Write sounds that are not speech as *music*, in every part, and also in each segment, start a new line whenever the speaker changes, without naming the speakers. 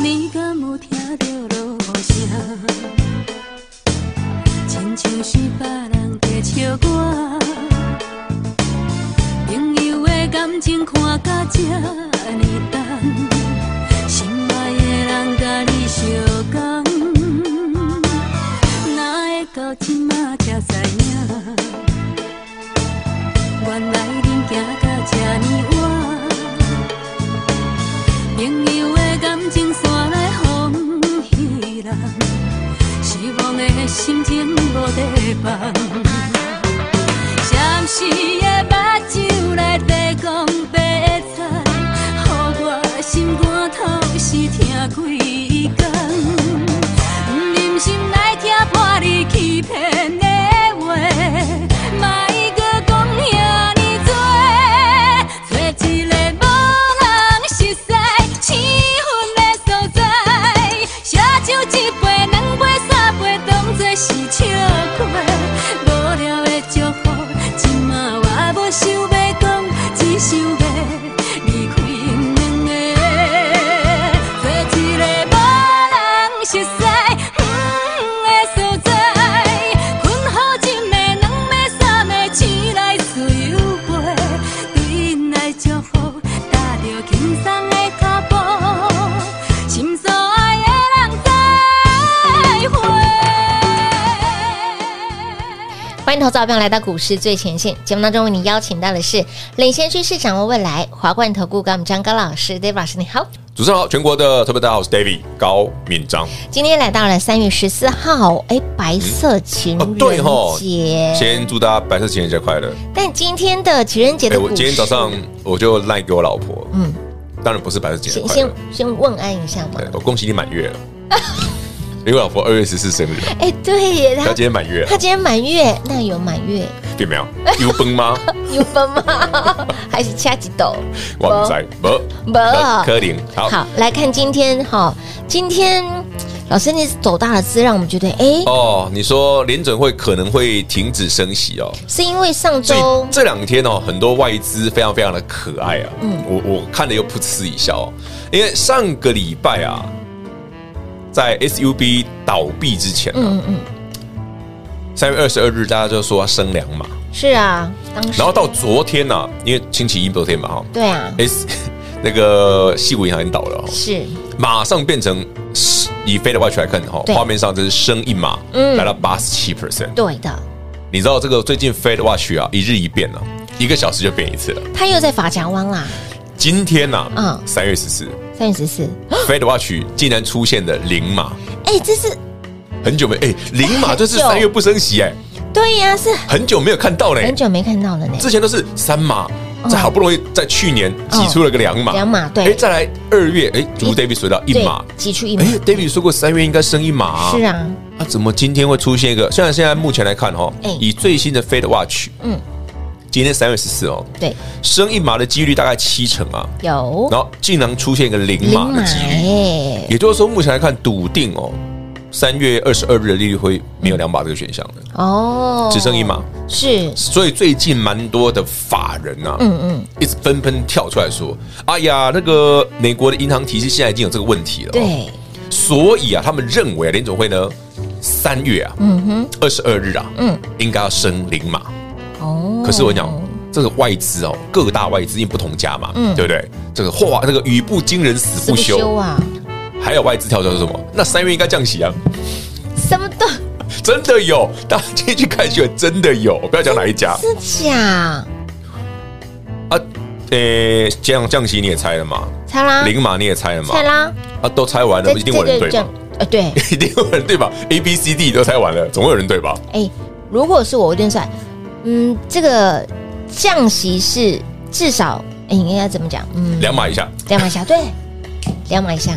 你敢有听到落雨声？亲像是别人在笑我。朋友的感情看甲这呢重，心爱的人甲你相共，哪会到这马才知影？原来恁行到这呢晚。朋友的感情散来风稀人，失望的心情无地放。暂时的目睭内白讲白菜，予我心肝透是疼几工。忍心来听破你欺骗的话，莫搁讲遐尼多，找一个无人熟悉、生分的所在，写酒一杯、两杯、三杯，当作是笑话。无聊的祝福，即马我无想要讲，只想要离开阮两个，做一个无人熟悉。的所在，困好一暝、两暝、三暝，醒来自由飞，对因来祝福，踏着轻松的脚步，心所爱的人再会。
欢迎投资者朋友来到股市最前线节目当中，为你邀请到的是领先趋势、掌握未来华冠投顾高敏章高老师，David 老师，你好。
主持人好，全国的特别大家好，我是 David 高敏章。
今天来到了三月十四号，哎，白色情
哦
人
对吼
哎节。
先祝大家白色情人节快乐！
但今天的情人节
哎、
的股
我
市，
今天早上我就赖给我老婆，
嗯，
当然不是白色情
先
人节快
先
乐，哎
先问安一下嘛
对。我恭喜你满
*laughs*
月了，因为我老婆二月十四生日，
哎，对耶，
她
他
今天满月了
他，今天满月，那有满月
并没有，有崩
*laughs*
吗？
有分吗？ *laughs* 还是掐几斗？
我不在，不
没
柯林，好，
好，来看今天哈，今天老师你走大了字，让我们觉得哎，
哦，你说联准会可能会停止升息哦，
是因为上
所
周
以这两天哦，很多外资非常非常的可爱啊，
嗯
我我看了又噗嗤一笑、哦，因为上个礼拜啊，在 SUB 倒闭之前、啊，
嗯嗯嗯，
三、月二十二日大家就说要升两码，
是啊，当时
然后到昨天呢、啊，因为星期一昨天嘛哈
对啊，
，S *laughs* 那个西谷银行已经倒了、哦，
是
马上变成以飞的外区来看哈、
对
画面上这是升一码，
嗯
来到八十七 percent，
对的，
你知道这个最近 Fed Watch 啊，一日一变啊，一个小时就变一次了。
他又在法夹湾啦，
今天呐、啊，
嗯
三、月十四
三月十四，
，Fed Watch 竟然出现了零码，
哎，这是
很久没哎、零码就是
很久
三月不升息哎、
对呀，是
很久没有看到嘞、
很久没看到了呢，
之前都是三码
嗯，
这好不容易在去年挤出了个两码，
两码对
哎、再来二月哎，如 David 说到一
对
码，，
挤出一码
哎、，d a v i d 说过三月应该升一码、啊，
是，啊，
啊，怎么今天会出现一个？虽然现在目前来看哈、哦
哎
以最新的 Fed Watch，
嗯，
今天三月十四哦，
对，
升一码的几率大概七成啊，
有
然后竟然出现一个零
零
码的
码
几率，
哎，
也就是说目前来看，笃定哦，三月二十二日的利率会没有两码这个选项的，
哦，
只剩一码。
是，
所以最近蛮多的法人啊，
嗯嗯，
一直纷纷跳出来说：“哎呀，那个美国的银行体系现在已经有这个问题了、哦。”，
对，
所以啊，他们认为啊，联总会呢，三月啊，
嗯哼，
二十二日啊，
嗯，
应该要升零码。
哦，
可是我讲，这个外资哦，各大外资因为不同家嘛，
嗯
对不对？这个话，这个语不惊人死
死
不
不
休，
休啊，
还有外资跳出来说什么？那三月应该降息啊，
什么都
真的有，大家进去看新闻，真的有，不要讲哪一家
是假，
啊。呃，降降息你也猜了嘛，
猜啦，
零码你也猜了嘛
啊猜，啦，
啊，都猜完了，一定有人对
这
吧？，
呃，对，
*laughs* 一定有人对吧？A B C D 都猜完了，总会有人对吧？
哎，如果是我，我一定算嗯，这个降息是至少，哎，应该怎么讲？嗯，
两码以下。
两码以下，对，两码以下，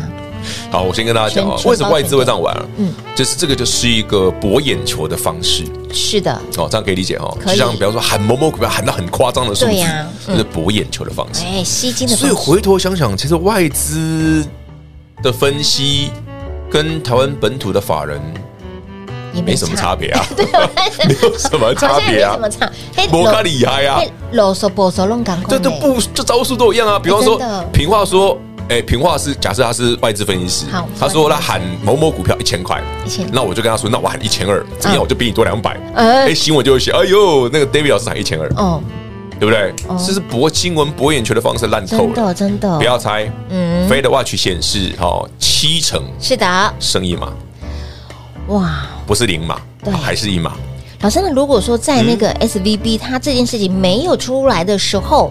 好，我先跟大家讲啊，
全
为什么外资会这样玩啊？
嗯
嗯，就是这个就是一个博眼球的方式
是的，
哦，这样可以理解哦。
可
就
以
像比方说喊某某股票喊到很夸张的数
对
字
呀，嗯
就是博眼球的方式。
哎，吸金的
所以
方式
回头想想，其实外资的分析跟台湾本土的法人
也
没什么差
别，
别啊，
*laughs*
没有什么
好
差
像也没
别啊
什，么差，嘿
摩卡厉害啊，
嘿，啰嗦啰嗦弄干
这这不这招数都一样啊。比方说
哎真的，
平话说，哎，平话是假设他是外资分析师
好，
他说他喊某某股票一千块
1000，
那我就跟他说，那我喊一千二，怎
嗯
么样？我就比你多两百。
哎
哎，新闻就会写，哎呦，那个 David 老师喊一千二，
哦，
对不对
哦？
这是博新闻博眼球的方式烂透
真
了，
的真的，
不要猜。
嗯，
Fed Watch 显示，哦，七成
是的，
生意码，
哇，
不是零码
对，
还是一码。
老师，那如果说在那个
嗯
SVB 它这件事情没有出来的时候，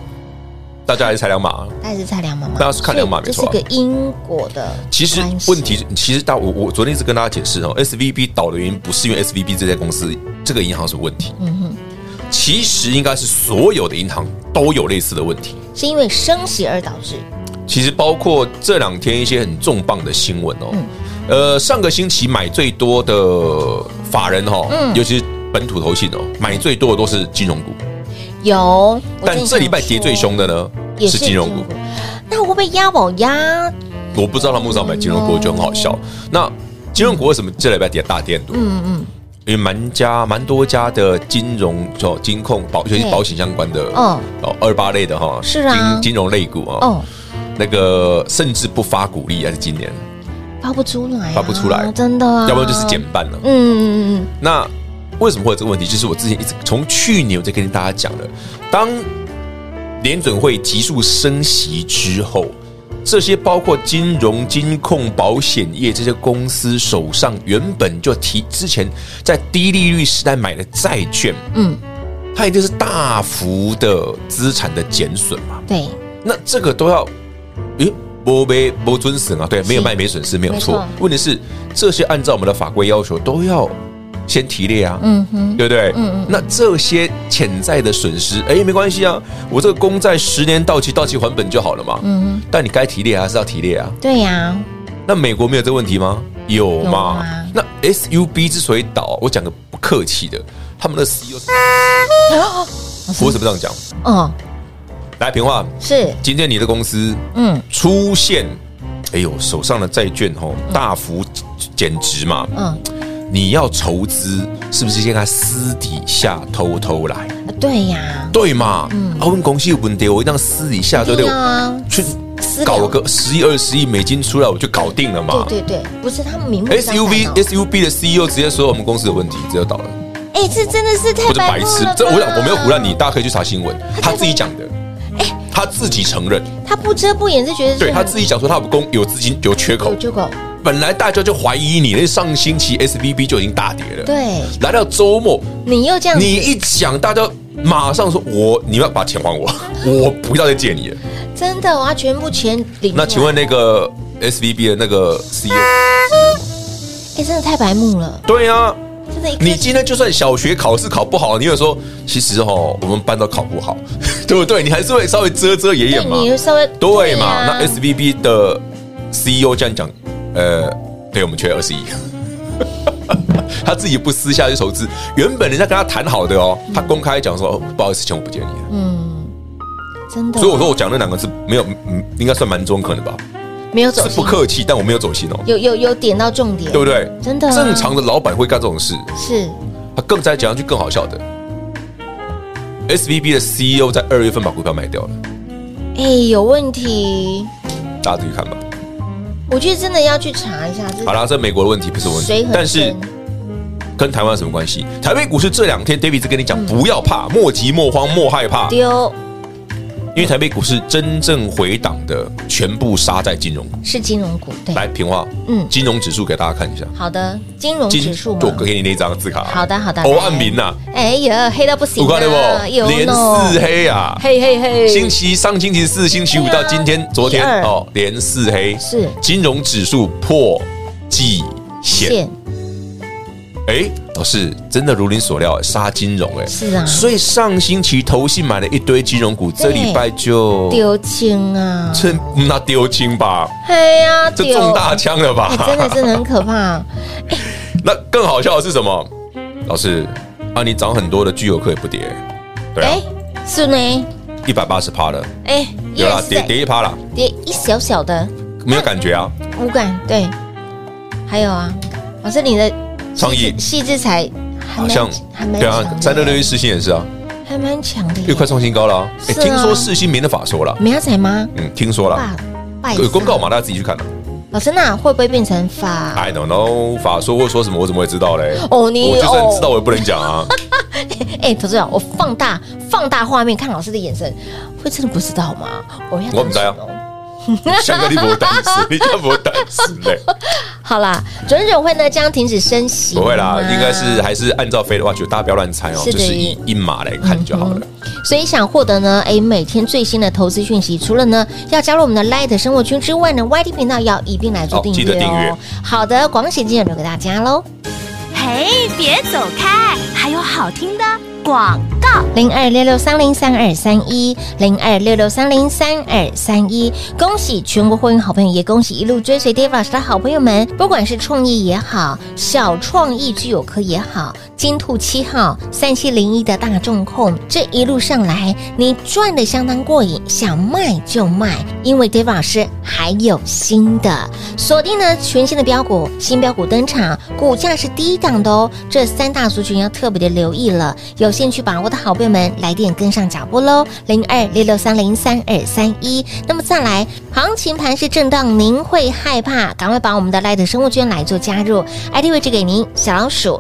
大家还是猜两码啊。
大概是差两码吗？
大概是看两码
所以
没错啊
这是个因果的关系。
其实问题，其实大我我昨天一直跟大家解释哦，SVB 倒的原因不是因为 SVB 这家公司这个银行有什么问题，嗯哼，其实应该是所有的银行都有类似的问题。
是因为升息而导致，
其实包括这两天一些很重磅的新闻哦，呃，上个星期买最多的法人哦，尤其是本土投信哦，买最多的都是金融股，
有。我
但
正
这礼拜
想
跌最
说
凶的呢
也
是金融股。。
那会不会押宝押？嗯
我不知道他们为啥买金融股，就很好笑。那金融股为什么这礼拜跌大跌很多？
嗯嗯，
因为蛮家蛮多家的金融哦，金控保尤其是
对
保险相关的
哦
哦二八类的哈，
是啊
金金融类股哦，
哦，
那个甚至不发股利，还是今年，
发不出来啊，
发不出来
真的啊。
要不然就是减半了。
嗯，嗯嗯
那为什么会有这个问题？就是我之前一直从去年我就跟大家讲了，当联准会急速升息之后，这些包括金融、金控、保险业这些公司手上原本就提之前在低利率时代买的债券，
嗯，
它一定是大幅的资产的减损嘛。
嗯对，
那这个都要，诶，没没没遵守啊，对，没有卖没损失没有
没
错
错。
问题是这些按照我们的法规要求都要先提列啊，
嗯哼，
对不对？
嗯嗯
那这些潜在的损失，哎，没关系啊，我这个公债十年到期，到期还本就好了嘛。
嗯哼，
但你该提列还是要提列啊。
对呀， *gasps*
那美国没有这个问题吗？有
有
嘛
啊？
那 SUB 之所以倒，我讲个不客气的，他们
*laughs*
的 CEO，我为什么这样讲？
哦，
来，平话，
是，
今天你的公司
嗯
出现，哎呦，手上的债券哦大幅减值嘛，
嗯，
你要筹资是不是应该私底下偷偷来？
对呀，
对嘛？啊，问公司有问题，我一定要私底下对不对？
嗯啊，
去
私聊
搞个十亿二十亿美金出来，我就搞定了嘛。
对对对，不是他们明目张胆哦
SUV SUV 的 CEO 直接说我们公司有问题，直接倒了，
哎，这真的是太
不是白
目
痴
了吧。
这我想我没有胡乱你，，大家可以去查新闻，
他
他自己讲的。
哎
他自己承认，
他不遮不掩是觉得
对
是
他
很
自己讲说他有公有资金有缺口
有，这个，
本来大家就怀疑你，那上星期 S V B 就已经大跌了，
对
来到周末，
你又这样子，
你一讲，大家马上说我你要把钱还我， *laughs* 我不要再借你了。
真的，我要全部钱领出来。
那请问那个 S V B 的那个 E CEO，
哎、真的太白目了，
对啊，
真的一颗
你今天就算小学考试考不好，你有说其实哦，我们班都考不好， *laughs* 对不对？你还是会稍微遮遮掩
对
掩嘛，
你稍微
对嘛？
啊
那 S V B 的 CEO 这样讲，呃，对我们缺二十亿。 *laughs* 他自己不私下去筹资，原本人家跟他谈好的哦，他公开讲说，哦不好意思，钱我不借你了。
嗯，真的，
所以我说我讲那两个字没有，嗯，应该算蛮中肯的吧，
没有走
是不
心，
客气，但我没有走心哦，
有有有点到重点，
对不对？
真的啊
正常的老板会干这种事。
是
他更再讲一句更好笑的，S V B 的 C E O 在二月份把股票卖掉了，
哎、有问题，
大家自己看吧。
我觉得真的要去查一下这
好啦，这美国的问题不是我问
水
题
很，
但是
深
跟台湾有什么关系？台北股市这两天，David 在跟你
嗯
讲，不要怕，莫急莫慌莫害怕，
丢
因为台北股市真正回档的全部杀在金融股。
是金融股，对，
来，平话，
嗯
金融指数给大家看一下，
好的，金融指数嘛
就，我给你那张字卡。
好的好的，
欧
来
岸民呐，
哎呀，黑到不行
我看到
啊，
不？连
呢
四黑啊，
嘿嘿嘿，
星期上星期四、星期五
对啊
到今天、昨天
一二
哦，连四黑
是
金融指数破季线，哎，老师，真的如您所料，杀金融哎，
是啊
所以上星期投信买了一堆金融股，这
对
礼拜就
丢清啊，
这那丢清吧，
哎呀，
这
丢
中大枪了吧
哎，？真的真的很可怕。
*laughs* 那更好笑的是什么？老师，啊，你涨很多的巨有客也不跌，对啊
哎，，是呢，
一百八十趴了，
哎，
有啦，
yes，
跌跌一趴啦，
跌一小小的
没有感觉啊。
五感，对。还有啊，老师你的
创意
细细致才还
好
蛮
像
还蛮
对啊
强的，
三六六一四星也是啊，
还蛮强的耶，
又快创新高了、啊。哎、
是啊
听说四星没得法说了，
明仔吗？
嗯，听说了
哇，，拜
有公告
上
嘛，大家自己去看了。
老师，那会不会变成法？
I don't know，法说或说什么，我怎么会知道嘞？
哦你
我就是很知道，
哦
我也不能讲啊。 *laughs*
哎、投资长，我放大放大画面看老师的眼神，会真的不知道吗？我要
我不知道
当哦什么
香港你不胆死，你干不胆死
*laughs*
嘞？
好啦，准准会呢将停止升息，
不会啦，应该是。还是按照飞的话，就大家不要乱猜哦，
是的嗯
就是一一码来看就好了。
所以想获得呢，哎，每天最新的投资讯息，除了呢要加入我们的 Light 生活圈之外呢，YT 频道要一并来做
好
订阅哦。
记得订阅
好的，广喜经验留给大家喽。
嘿，别走开，还有好听的广告。
零二六六三零三二三一，零二六六三零三二三一。恭喜全国会员好朋友，也恭喜一路追随 Dave 老师的好朋友们，不管是创意也好，小创意具有科也好，金兔七号三七零一的大众控，这一路上来你赚的相当过瘾，想卖就卖，因为 Dave 老师还有新的锁定呢全新的标股，新标股登场，股价是低档的哦，这三大族群要特别的留意了。有兴趣把握的好朋友们，来电跟上脚步喽，零二六六三零三二三一。那么再来，行情盘是震荡，您会害怕，赶快把我们的 Light 生物圈来做加入，ID 位置给您，小老鼠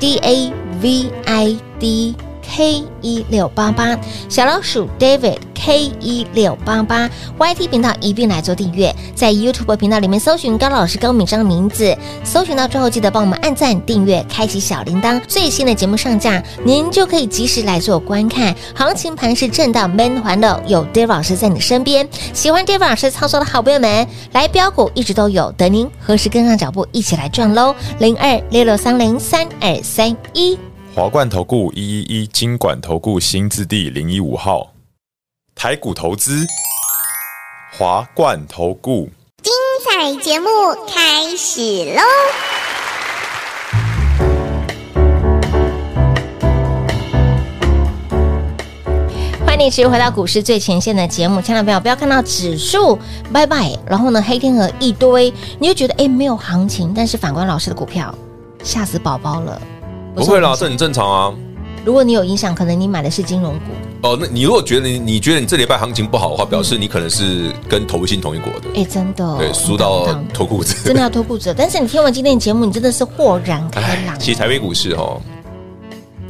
D A V I D。K 一六八八小老鼠 David K 一六八八 YT 频道一并来做订阅，在 YouTube 频道里面搜寻高老师高敏章的名字，搜寻到之后记得帮我们按赞、订阅、开启小铃铛，最新的节目上架，您就可以及时来做观看。行情盘是震荡闷环的，有 David 老师在你身边，喜欢 David 老师操作的好朋友们，来标股一直都有，等您何时跟上脚步，一起来赚喽！零二六六三零三二三一。
华冠投顾一一一金管投顾新字第零一五号，台股投资，华冠投顾。
彩节目开始喽！
欢迎你持续回到股市最前线的节目，千万不要不要看到指数拜拜，然后呢黑天鹅一堆，你就觉得哎没有行情，但是反观老师的股票吓死宝宝了。
不会啦，
我说
这很正常啊。
如果你有影响，可能你买的是金融股，
哦，那你如果觉得你你觉得你这礼拜行情不好的话，表示你可能是跟投信同一国的，
哎真的
对，输
很
到
棒
脱裤子。
真的要脱裤子了。但是你听完今天的节目，你真的是豁然开
哎
朗，。
其实台北股市哦，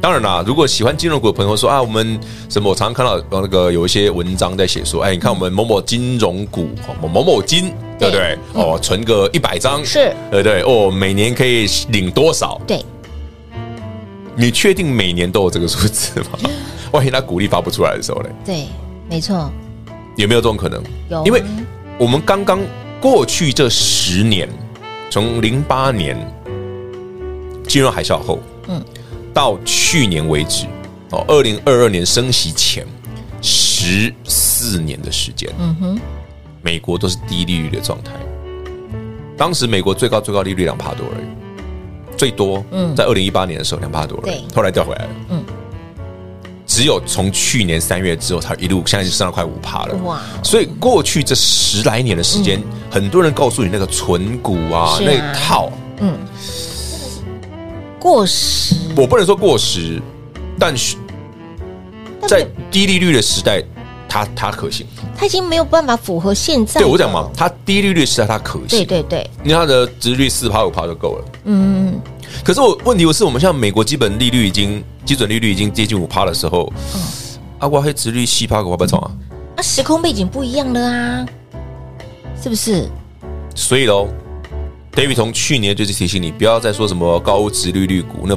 当然啦，如果喜欢金融股的朋友说啊，我们什么，我常常看到呃那个有一些文章在写说，哎，你看我们某某金融股，哦某某某金，
嗯对嗯
对不对？哦，存个一百张，
是
对不对？哦，每年可以领多少？
对，
你确定每年都有这个数字
*laughs*
吗？万一他股利发不出来的时候嘞，
对，没错，
有没有这种可能？
有啊
因为我们刚刚过去这十年，从零八年金融海啸后，
嗯
嗯，到去年为止，哦，二零二二年升息前十四年的时间，
嗯哼，
美国都是低利率的状态。当时美国最高最高利率两帕多而已，最多，
嗯
在二零一八年的时候两帕多而
对
已，后来掉回来了，
嗯
嗯。只有从去年三月之后，才一路现在就升到快五帕了。
哇，
所以过去这十来年的时间，很多人告诉你那个存股啊，
是啊
那一套，
嗯，过时，
我不能说过时，但是
但
在
是
低利率的时代，它它可行。
它已经没有办法符合现在。
对我讲嘛，，它低利率时代它可行。
对对对，
你看它的殖利率四趴五趴就够了。
嗯。
可是我问题是我们像美国基本利率已经基准利率已经接近五趴的时候，
嗯
阿瓜黑殖利率七趴五趴冲啊，
啊，时空背景不一样了啊，是不是？
所以喽，David 从去年就是提醒你，不要再说什么高值利率股，那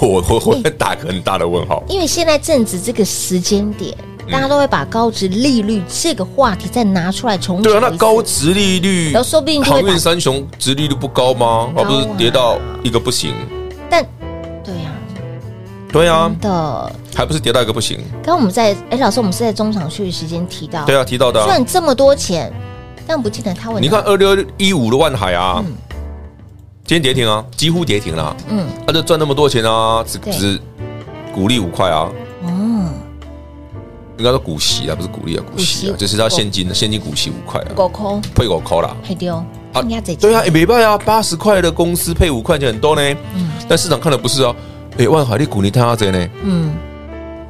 我我我打个很大的问号。
因为现在正值这个时间点，
嗯
大家都会把高值利率这个话题再拿出来重
对啊，
炒
那
一次
高值利率
然后说不定就会
航
把
运三雄值利率不高吗？
高啊
啊，不是跌到一个不行？
但对呀、
对啊
真，的。
还不是跌到一个不行？
刚刚我们在哎，老师，我们是在中场休息时间提到，
对啊，提到的啊。
赚这么多钱，但不见得他会拿
你看，二六一五的万海啊，今天跌停啊，几乎跌停了，
嗯，
他就赚那么多钱啊，只
对
只鼓励五块啊，
哦，
应该说股息啊，不是鼓励啊，股息
股息，
啊
哦
就是他现金的现金股息五块啊，
狗抠
配五块啦。
还丢，
啊
应该这
对啊，也没办啊，八十块的公司配五块钱很多呢，但市场看的不是啊，哎，万海的股你看他这呢，
嗯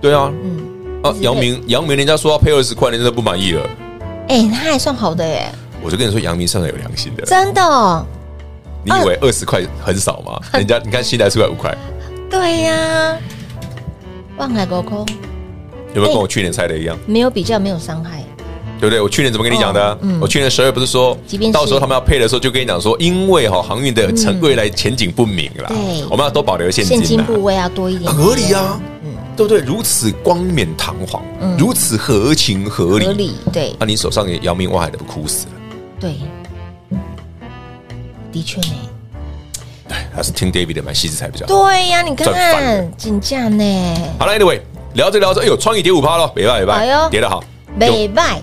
对啊，
嗯，
啊
是，
杨明杨明人家说要配二十块，人家都不满意了，
哎，他还算好的耶，
我就跟你说，杨明算很有良心的，
真的哦，
你以为二十块很少
*laughs*
吗？人家你看新来出来五块，
对呀，万海狗抠
有没有跟我去年猜
哎
的一样？
没有比较，没有伤害，
对不对？我去年怎么跟你讲的啊？
哦嗯
我去年十二不是说
即便，是
到时候他们要配的时候就跟你讲说，因为哈航运的成未来前景不明啦
嗯对，
我们要多保留现
现
金
金
啦，
部位要多一点，
合理啊，
嗯，
对不对？如此光冕堂皇
嗯，
如此合情合
合
理，啊
理，对
那你手上也姚明万海的不哭死了？
对，的确呢，
啊还是听 David 的买西子才比较好。
哎对呀，你
赚翻啊
看紧价呢，
好了，Anyway，聊着聊着，哎呦，创意跌五趴了，别拜别
哎呦
拜，跌得好，
美拜。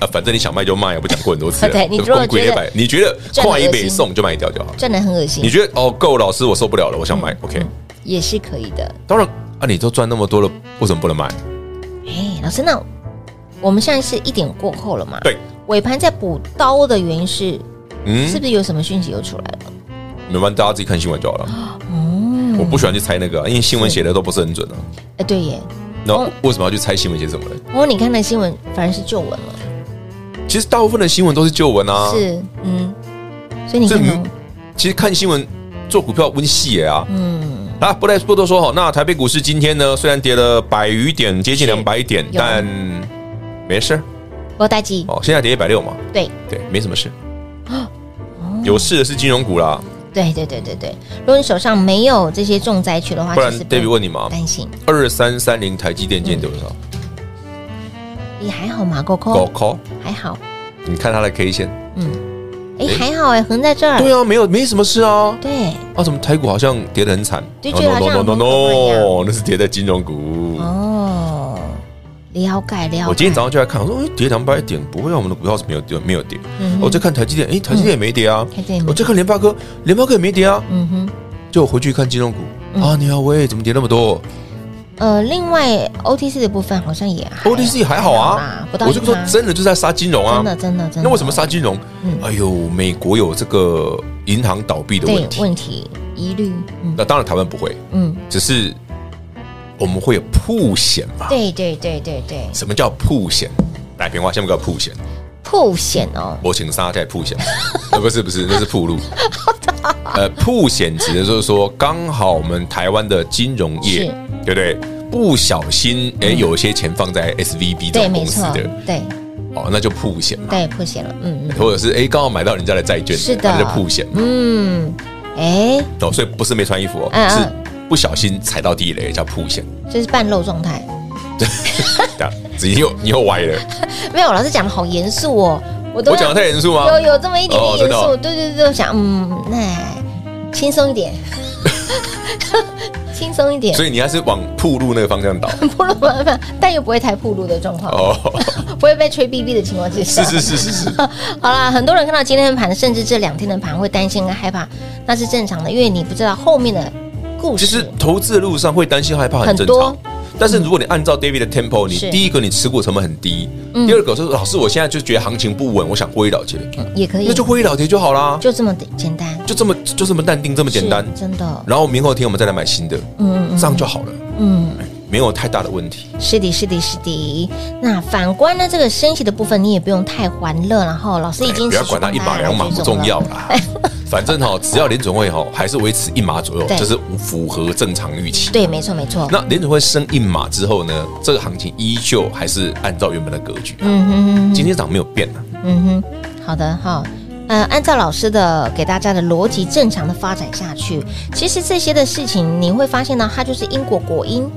啊，反正你想卖就卖，我不讲过很多次
*laughs*
了，
对你
就
如果
光棍
觉得
也摆你觉得
赚得
快一
恶
倍
心嗯
送就卖掉就好了。
赚的很恶心，
你觉得哦够了老师我受不了了，我想
嗯
卖，OK。
也是可以的。
当然啊，你都赚那么多了，为什么不能买？
哎，老师，那我们现在是一点过后了嘛？
对，
尾盘在补刀的原因是，
嗯
是，不是有什么讯息又出来了？
没关系，大家自己看新闻就好了。
哦，
我不喜欢去猜那个啊，因为新闻写的都不是很准啊。
哎，对耶，
那
哦
为什么要去猜新闻写什么呢？
不过你看那新闻，反而是旧闻了，
其实大部分的新闻都是旧闻啊。，
是嗯，所以你看
这
哦，
其实看新闻做股票温系耶啊。
嗯，
啊，不来不多说哈。那台北股市今天呢，虽然跌了百余点，接近
是
两百点，
有
但没事儿
我大吉，
哦。现在跌一百六嘛，
对
对，没什么事。
哦
有事的是金融股啦，
对对对对对。如果你手上没有这些重灾区的话，
不然
其实
David 问你哦嘛，
担心
二三三零台积电今
嗯
天跌多少？
也还好嘛，够
高
扣
考，
还好，
你看它的 K 线，
哎
哎
还好哎，横在这儿，
对啊，没有没什么事啊。
对
啊，怎么台股好像跌得很惨
对觉得好像很可
no
怕一样
那是跌在金融股。
哦，了解了解。
嗯我今天早上就来看，我说哎，跌两百点，不会啊，我们的股票是没有跌，没有跌。
嗯哼嗯
我再看台积电，哎，台积电也没跌啊
台积电也没跌。
我再看联发科，联发科也没跌啊。
嗯哼。
就我回去看金融股，啊，你好喂，怎么跌那么多
呃，另外 OTC 的部分好像也还
？OTC 还好
还好啦
啊
哎不，到
我就说
一趴
真的就是在杀金融啊
真。的嗯真的真的。
那为什么杀金融？哎呦，美国有这个银行倒闭的
对
问题，
问题疑虑？嗯
那当然台湾不会，
嗯，
只是我们会有破险嘛。
对对对对对，
什么叫铺险？来，平话，下面个铺险，
破险哦，
我请沙在铺险， *laughs* 呃，不是不是，那是
*laughs*
铺路。呃，铺险指的就是说，刚好我们台湾的金融
是，
业对不对？不小心，哎、有些钱放在 SVB 这
对，
种
没
公司
错
的，，
对
哦，那就铺险嘛。
对破险了，嗯
或者是哎，刚、好买到人家的债券，
是的
那就铺险嘛。
嗯嗯，哎，
哦，所以不是没穿衣服哦，
嗯嗯
是不小心踩到地雷叫铺险。 *laughs*
这是半漏状态。
这样，你又你又歪了。
没有，老师讲的好严肃哦，我都
我讲的太严肃吗？
有有这么一点
哦
点
真
严
的哦
肃，对对对，我想嗯，那轻松一点， *laughs* 轻松一点，
所以你还是往铺路那个方向倒。
铺路不不，但又不会太铺路的状况。
哦， *laughs*
不会被吹 BB 的情况之下。
是是是是是。
*laughs* 好啦，很多人看到今天的盘，甚至这两天的盘会担心跟害怕，那是正常的，因为你不知道后面的故
其实
事。
投资的路上会担心害怕很
很
正常
多，嗯
但是如果你按照 David 的 tempo，你
是
第一个你持股成本很低，
嗯
第二个说老师我现在就觉得行情不稳，我想获利了结，
嗯也可以，
那就获利了结就好啦，
就这么简单，
就这么就这么淡定这么简单
是。真的。
然后明后天我们再来买新的，
嗯
这样就好了，
嗯，
没有太大的问题。
是的，是的，是的。那反观呢，这个升息的部分，你也不用太欢乐，然后老师已经
哎不要
持续
管它
帮
一
大
码
家
两码
来
不
追踪
重
了
要啦， *laughs* 反正哈，只要联准会哈还是维持一码左右，
对
就是符合正常预期。
对，没错，没错。
那联准会升一码之后呢，这个行情依旧还是按照原本的格局，
嗯哼哼哼。
今天涨没有变啊。
嗯哼，好的哈。呃，按照老师的给大家的逻辑正常的发展下去，其实这些的事情你会发现呢，它就是因果果因，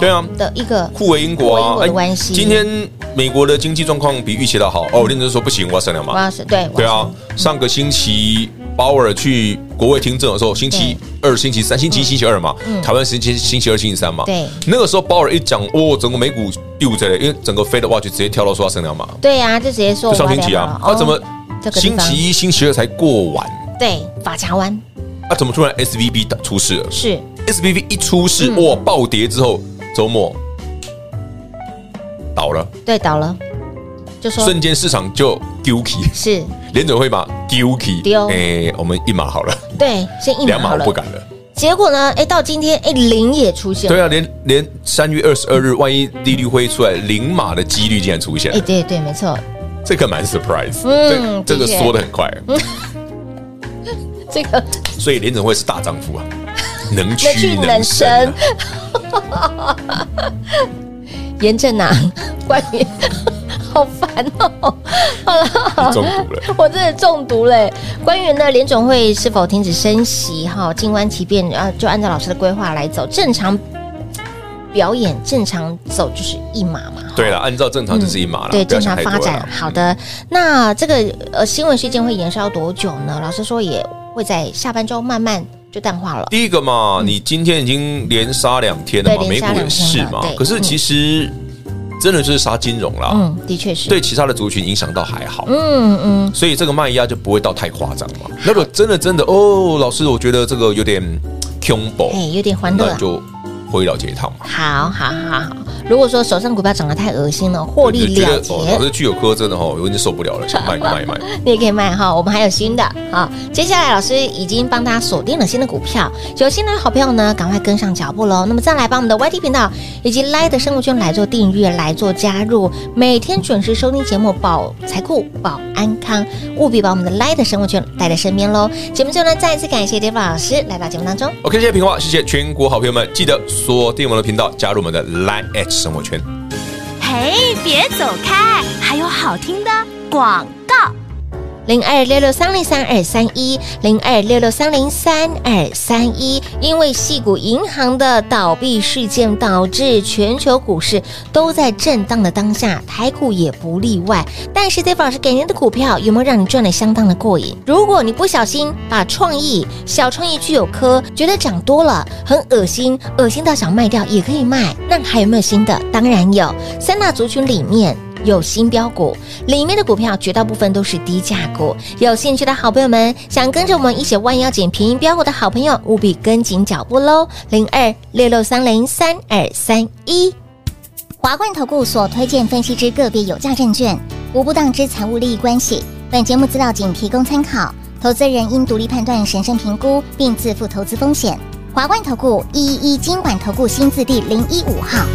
对啊，
的一个
互为因果啊
互为因果，的关系嗯
今天美国的经济状况比预期的好哦，林德说不行，我要升两
我
码。
要是对
对，啊，上个星期鲍尔去国会听证的时候，星期二、星期三、星期一、星期二嘛，台湾时间星期二、星期三嘛。
嗯对
那个时候鲍尔一讲，哦，整个美股丢在了，因为整个飞的话就直接跳到说要升两码，
对啊，就直接说
就
我
上
要
星期
聊
啊
了，哦
啊，怎么
这个地
星
方
期一、星期二才过完，
对法夹湾
啊，怎么突然 S V B 出事了？
是
S V B 一出事，
嗯
哇，暴跌之后，周末倒了，
对倒了，就说
瞬间市场就丢 k
是
*laughs* 联准会把丢 k
丢
哎，我们一码好了，
对，先一码
两码
好
我
了
不，敢了。
结果呢，哎，到今天哎零也出现
对
了，
啊，连连三月二十二日，万一利率会出来零码的几率竟然出现
哎，，对对，没错，
这个蛮 surprise。
嗯
这这
的
个
确嗯
缩的很快，
这个
所以联准会是大丈
*laughs*
夫啊，能
能屈
屈
能
能伸
伸
啊。。
*laughs* 严正啊， *laughs* 关于好烦哦。好了，好
*laughs*
了
啊中毒了，
*laughs* 我真的中毒嘞。关于呢，联总会是否停止升息？哈，静观其变，啊，就按照老师的规划来走，正常表演，正常走就是一码嘛。哈
对了，按照正常就是一码了，
对，
不
正
要想
常
太多
发
了嗯
展。好的，那这个呃新闻事件会延烧多久呢？老师说也会在下半周慢慢就淡化了。
第一个嘛，你今天已经连杀两天了嘛，
嗯对
美
连杀
股也是
两天
嘛
了对。
可是其实真的就是杀金融啦，
嗯，的确是。
对其他的族群影响到还好。
嗯嗯，
所以这个卖压就不会到太夸张嘛。那如果真的真的哦，老师，我觉得这个有点 combo，
哎，有点欢乐
那
啊。
哦就回了解一趟嘛。
好好好好，如果说手上股票涨得太恶心了，获利
觉
了
得
结，
哦，老师具有科真的哈，我有点受不了了，想卖卖卖。
你也可以卖哈。我们还有新的啊，接下来老师已经帮大家锁定了新的股票，有新的好朋友呢，赶快跟上脚步喽。那么再来帮我们的 YT 频道以及 Light 的生活圈来做订阅，来做加入，每天准时收听节目，保财库，保安康，务必把我们的 Light 的生活圈带在身边喽。节目最后呢，再一次感谢 David 老师来到节目当中。
OK，谢谢平话，谢谢全国好朋友们，记得锁定我们的频道，加入我们的 Line H 生活圈。
嘿，别走开，还有好听的广告。
零二六六三零三二三一，零二六六三零三二三一。因为系股银行的倒闭事件，导致全球股市都在震荡的当下，台股也不例外。但是 d a v 老师给您的股票有没有让你赚得相当的过瘾？如果你不小心把创意、小创意具有科觉得涨多了很恶心，恶心到想卖掉也可以卖，那还有没有新的？当然有，三大族群里面。有新标股，里面的股票绝大部分都是低价股。有兴趣的好朋友们，想跟着我们一起弯腰捡便宜标股的好朋友，务必跟紧脚步喽！零二六六三零三二三一。
华冠投顾所推荐分析之个别有价证券，无不当之财务利益关系。本节目资料仅提供参考，投资人应独立判断、审慎评估，并自负投资风险。华冠投顾一一一金管投顾新字第零一五号。